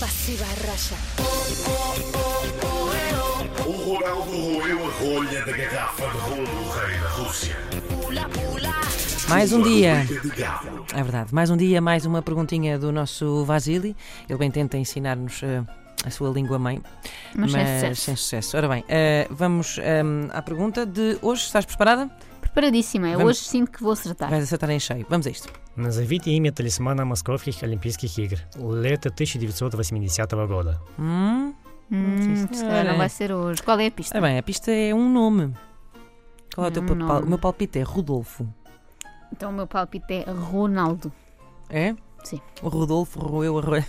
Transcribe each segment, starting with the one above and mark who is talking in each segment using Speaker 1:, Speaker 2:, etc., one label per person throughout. Speaker 1: Pasiva Raya.
Speaker 2: O Ronaldo roeu a rolha da garrafa de rum do rei da Rússia.
Speaker 3: Mais um dia.
Speaker 2: Rubrica de galo.
Speaker 3: É verdade. Mais um dia, mais uma perguntinha do nosso Vasili. Ele bem tenta ensinar-nos eh, a sua língua mãe,
Speaker 4: Mas sem sucesso.
Speaker 3: sem sucesso. Ora bem, eh, vamos ehm, à pergunta de hoje. Estás preparada?
Speaker 4: Tá. Preparadíssima, eu
Speaker 3: é. Vamos.
Speaker 4: hoje sinto que vou acertar.
Speaker 3: Vais acertar em cheio. Vamos a isto.
Speaker 5: Назовите имя талисмана Московских Олимпийских игр лето 1980 года.
Speaker 3: Hum,
Speaker 4: Hum,
Speaker 3: Sim,
Speaker 4: se calhar
Speaker 3: senhora.
Speaker 4: não vai ser hoje. Qual é a pista?
Speaker 3: ora bem, a pista é um nome. Qual é o teu
Speaker 4: É um
Speaker 3: papal-
Speaker 4: nome.
Speaker 3: O meu palpite é Rodolfo.
Speaker 4: Então o meu palpite é Ronaldo.
Speaker 3: É?
Speaker 4: Sim.
Speaker 3: O Rodolfo roeu a rolha.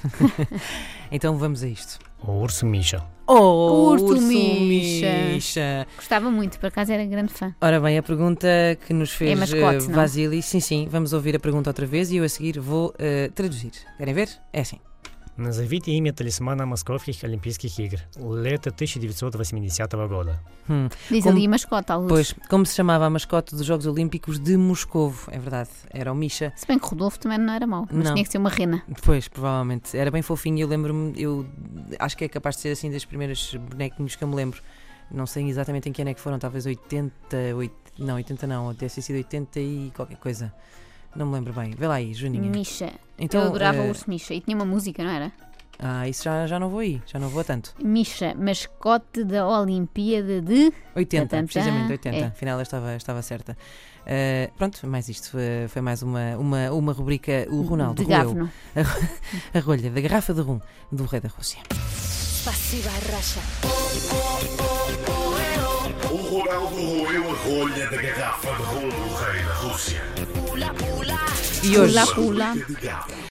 Speaker 3: então vamos a isto.
Speaker 5: Урс Миша.
Speaker 3: Oh,
Speaker 4: Urso
Speaker 3: urso
Speaker 4: Misha.
Speaker 3: Misha.
Speaker 4: Gostava muito, por acaso era grande fã.
Speaker 3: Ora bem, a pergunta que nos fez
Speaker 4: É mascote,
Speaker 3: eh,
Speaker 4: não?
Speaker 3: Vasily, sim, sim, vamos ouvir a pergunta outra vez e eu a seguir vou eh, traduzir. Querem ver? É assim.
Speaker 5: Назовите имя талисмана Московских Олимпийских игр лето 1980 года.
Speaker 3: Hum.
Speaker 4: Diz
Speaker 3: Como-
Speaker 4: ali mascota, à luz.
Speaker 3: Pois, como se chamava a mascote dos Jogos Olímpicos de Moscovo? É verdade, era o Misha.
Speaker 4: Se bem que Rodolfo também não era mau, mas
Speaker 3: Não.
Speaker 4: tinha que ser uma rena.
Speaker 3: Pois, provavelmente. Era bem fofinho, eu lembro-me, eu acho que é capaz de ser assim das primeiras bonequinhos que eu me lembro. Não sei exatamente em que ano é que foram, talvez 80, 80 não, 80 não, deve ter sido 80 e qualquer coisa. Não me lembro bem. Vê lá aí, Juninha.
Speaker 4: Misha.
Speaker 3: Então,
Speaker 4: eu adorava
Speaker 3: eh,
Speaker 4: o urso Misha e tinha uma música, não era?
Speaker 3: Ah, isso já, já não vou aí, já não vou a tanto.
Speaker 4: Misha, mascote da Olimpíada de.
Speaker 3: 80,
Speaker 4: Tantantã.
Speaker 3: precisamente 80.
Speaker 4: É.
Speaker 3: Afinal, eu estava, estava certa. Ah, pronto, mais isto. Foi, foi mais uma, uma, uma rubrica. O Ronaldo
Speaker 4: de
Speaker 3: roeu
Speaker 4: Gavno.
Speaker 3: a rolha da garrafa de rum do rei da Rússia.
Speaker 1: Pasiva Raya.
Speaker 2: O Ronaldo roeu a rolha da garrafa de rum do rei da Rússia.
Speaker 3: E hoje.
Speaker 4: Lá pula.
Speaker 2: Rubrica de galo.